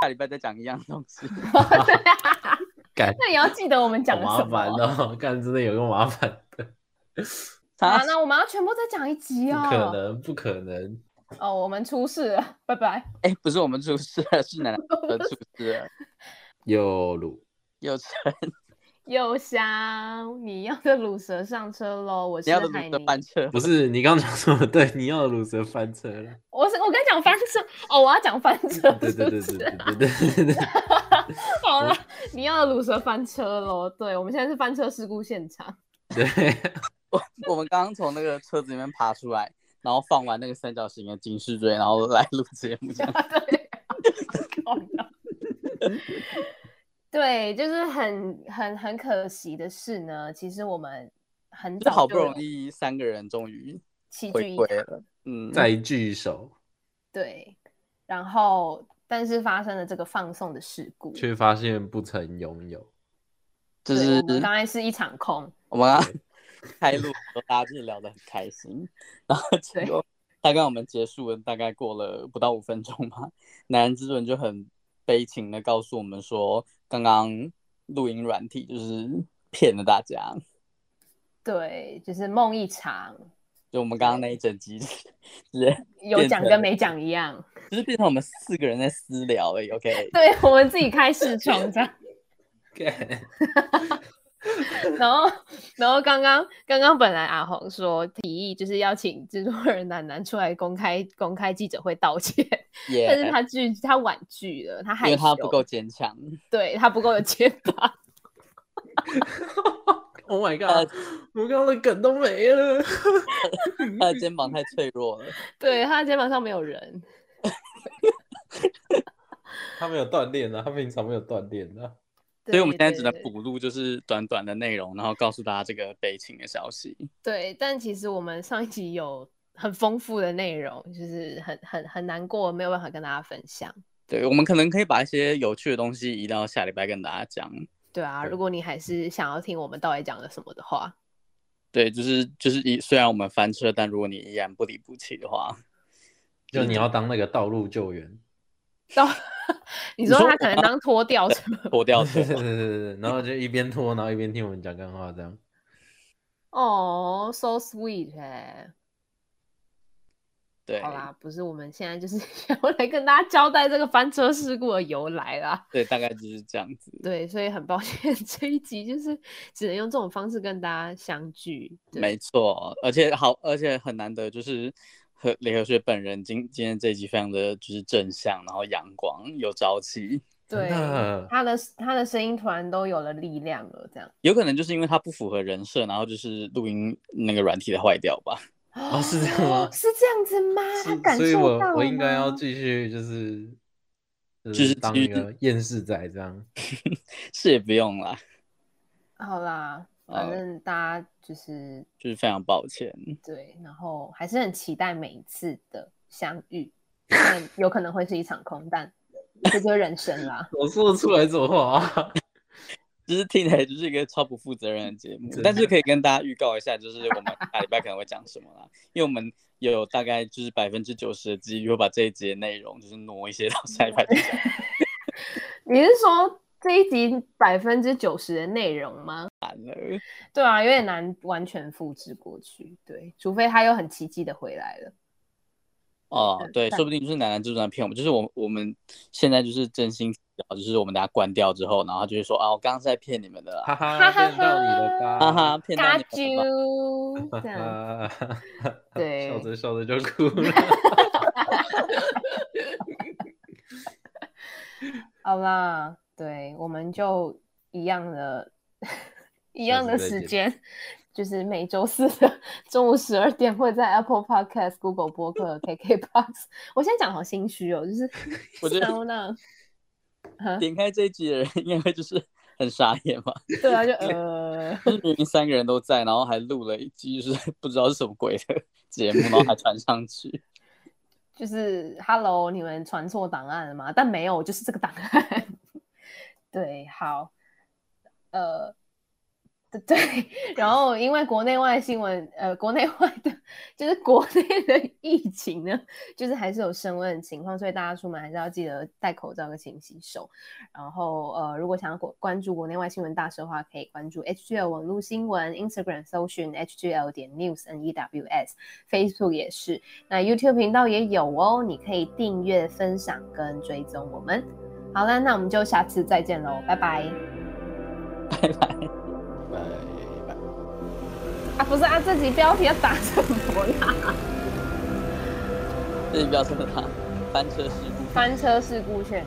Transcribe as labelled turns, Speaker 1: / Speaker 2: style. Speaker 1: 下礼拜再讲一样东 西。
Speaker 2: 对啊，
Speaker 3: 干
Speaker 2: 那也要记得我们讲
Speaker 3: 好
Speaker 2: 了
Speaker 3: 麻
Speaker 2: 什么。
Speaker 3: 烦哦， 干真的有个麻烦的，
Speaker 1: 啥
Speaker 2: 啊，？那我们要全部再讲一集
Speaker 3: 不
Speaker 2: 哦。
Speaker 3: 可能，不可能。
Speaker 2: 哦，我们出事了，拜拜。
Speaker 1: 哎、不是我们出 事了，是奶奶出事了。
Speaker 3: 又录，
Speaker 1: 有 成，
Speaker 2: 又香，你要的卤蛇上车喽！我
Speaker 1: 你
Speaker 2: 是
Speaker 1: 要的
Speaker 2: 海
Speaker 1: 卤
Speaker 2: 宁
Speaker 1: 蛇，翻车，
Speaker 3: 不是你刚讲什么？对，你要的卤蛇翻 车了。
Speaker 2: 我是我跟你讲翻车哦，我要讲翻车，
Speaker 3: 对对对
Speaker 2: 是
Speaker 3: 对
Speaker 2: 不是
Speaker 3: 对对对对。
Speaker 2: 好了，你要的卤蛇翻车喽！对，我们现在是翻车事故现场，
Speaker 3: 对，
Speaker 1: 我我们刚刚从那个车子里面爬出来，然后放完那个三角形的警示锥，然后来录节目，这样
Speaker 2: 对，好了对，就是很很很可惜的是呢，其实我们很
Speaker 1: 就是
Speaker 2: 早
Speaker 1: 好不
Speaker 2: 就有
Speaker 1: 容易三个人终于
Speaker 2: 齐聚
Speaker 1: 回
Speaker 2: 一
Speaker 1: 归
Speaker 2: 堂，
Speaker 1: 了。嗯，
Speaker 3: 再聚首，
Speaker 2: 对，然后但是发生了这个放送的事故，对，
Speaker 3: 却发现不曾拥有。
Speaker 1: 就是
Speaker 2: 我们刚才是一场空，
Speaker 1: 我们刚刚 开录的时候，大家就是聊得很开心，然后结
Speaker 2: 对
Speaker 1: 果大概我们结束了，大概过了不到五分钟吧，男人之准就很悲情的告诉我们说，刚刚录音软体就是骗了大家，
Speaker 2: 对，就是梦一场，
Speaker 1: 就我们刚刚那一整集， 就是
Speaker 2: 有
Speaker 1: 变
Speaker 2: 讲
Speaker 1: 成
Speaker 2: 跟没讲一样。
Speaker 1: 就是变成我们四个人在私聊哎、o k
Speaker 2: 对我们自己开视窗这样。
Speaker 3: 干
Speaker 2: 然后，然后刚刚刚刚本来阿红说提议就是要请制作人楠楠出来公开公开记者会道歉，
Speaker 1: 耶、
Speaker 2: 但是他拒他婉拒了，他害
Speaker 1: 因为
Speaker 2: 羞，
Speaker 1: 他不够，坚强，
Speaker 2: 对他不够有肩膀。
Speaker 3: ！Oh my god！我
Speaker 2: 呃
Speaker 3: 刚刚的梗都没了。
Speaker 1: 他的肩膀太脆弱 了，
Speaker 2: 对他的肩膀上没有人，
Speaker 3: 他没有锻炼啊，他平常没有锻炼啊。
Speaker 1: 所以我们
Speaker 2: 对
Speaker 1: 现在只能
Speaker 2: 对
Speaker 1: 补录就是短短的内容，然后告诉大家这个悲情的消息。
Speaker 2: 对，但其实我们上一集有很丰富的内容，就是很很很难过，没有办法跟大家分享。
Speaker 1: 对，我们可能可以把一些有趣的东西移到下礼拜跟大家讲。
Speaker 2: 对啊，
Speaker 3: 对
Speaker 2: 如果你还是想要听我们到底讲了什么的话，
Speaker 1: 对，就是就是一虽然我们翻车，但如果你依然不离不弃的话，
Speaker 3: 就
Speaker 2: 嗯
Speaker 3: 你要当那个道路救援，
Speaker 2: 到你
Speaker 1: 你
Speaker 2: 说
Speaker 1: 说
Speaker 2: 他
Speaker 1: 我
Speaker 2: 可能当拖吊车，
Speaker 1: 脱掉
Speaker 3: 对对
Speaker 1: 车。
Speaker 3: 对对，然后就一边拖，然后一边听我们讲干话，这样。
Speaker 2: 哦、s o sweet 哎、
Speaker 1: 对
Speaker 2: 好啦，不是我们现在就是 想要来跟大家交代这个翻车事故的由来啦。
Speaker 1: 对，大概就是这样子。
Speaker 2: 对，所以很抱歉， 这一集就是只能用这种方式跟大家相聚。对
Speaker 1: 没错，而且好，而且很难得，就是和雷和雪本人今今天这一集非常的就是正向，然后阳光有朝气。
Speaker 2: 对，
Speaker 3: 真的
Speaker 2: 他的他的声音突然都有了力量了，这样。
Speaker 1: 有可能就是因为它不符合人设，然后就是录音那个软体的坏掉吧。
Speaker 3: 哦是这样吗
Speaker 2: 是这样子吗？他
Speaker 3: 是
Speaker 2: 感
Speaker 3: 所以
Speaker 2: 受
Speaker 3: 我
Speaker 2: 到
Speaker 3: 我
Speaker 2: 了
Speaker 3: 应该要
Speaker 2: 吗
Speaker 3: 继续就是
Speaker 1: 就是
Speaker 3: 当
Speaker 1: 继
Speaker 3: 一
Speaker 1: 续
Speaker 3: 个厌世仔这样。
Speaker 1: 是也不用啦，
Speaker 2: 好啦，反
Speaker 1: 呃
Speaker 2: 正大家就是
Speaker 1: 就是非常抱歉。
Speaker 2: 对，然后还是很期待每一次的相遇，虽然有可能会是一场空，但这就是人生啦。
Speaker 3: 我说得出来这种话啊？
Speaker 1: 就是听起来就是一个超不负责任的节目
Speaker 3: 真的，
Speaker 1: 但是可以跟大家预告一下，就是我们下礼拜可能会讲什么啦，因为我们有大概就是百分之九十的几率会把这一集的内容就是挪一些到下礼拜再讲
Speaker 2: 你是说这一集百分之九十的内容吗？
Speaker 1: 了。
Speaker 2: 对啊，有点难完全复制过去，对，除非他又很奇迹的回来了。
Speaker 1: 哦，对，
Speaker 2: 对
Speaker 1: 说不定就是奶奶就是在骗我们，就是我我们现在就是真心聊，就是我们大家关掉之后，然后他就会说啊，我刚刚是在骗你们的啦，
Speaker 3: 哈哈，
Speaker 2: 哈哈
Speaker 3: 见到你了吧？
Speaker 1: 哈哈，骗到
Speaker 2: 嘎
Speaker 1: 你们了吧。
Speaker 2: 啾，这样
Speaker 3: 哈哈，
Speaker 2: 对
Speaker 3: 笑着笑着就哭了。
Speaker 2: 好啦，对，我们就一样的，一样的
Speaker 3: 下次
Speaker 2: 时
Speaker 3: 再见
Speaker 2: 间，就是每周四的 中午十二点会在 Apple Podcast、Google 播客、KKBox。我现在讲好心虚哦，就是
Speaker 1: 我觉得
Speaker 2: 收呢，
Speaker 1: 点开这一集的人应该会就是很傻眼吧，
Speaker 2: 对啊，就呃，
Speaker 1: 就是明明三个人都在，然后还录了一集，就是不知道是什么鬼的节目，然后还传上去。
Speaker 2: 就是 Hello，你们传错档案了吗？但没有， 就是这个档案。对，好，呃， 对，然后因为国内外新闻，呃，国内外的，就是国内的疫情呢，就是还是有升温的情况，所以大家出门还是要记得戴口罩跟勤洗手。然后，呃，如果想要国关注国内外新闻大事的话，可以关注 HGL 网络新闻，Instagram 搜寻 HGL 点 News N E W S，Facebook 也是，那 YouTube 频道也有哦，你可以订阅、分享跟追踪我们。好了，那我们就下次再见喽，拜拜。
Speaker 1: 拜拜。
Speaker 3: 拜拜。
Speaker 2: 啊，不是啊，这集标题要打什么啦？
Speaker 1: 这里表示他翻车事故。
Speaker 2: 翻车事故劝。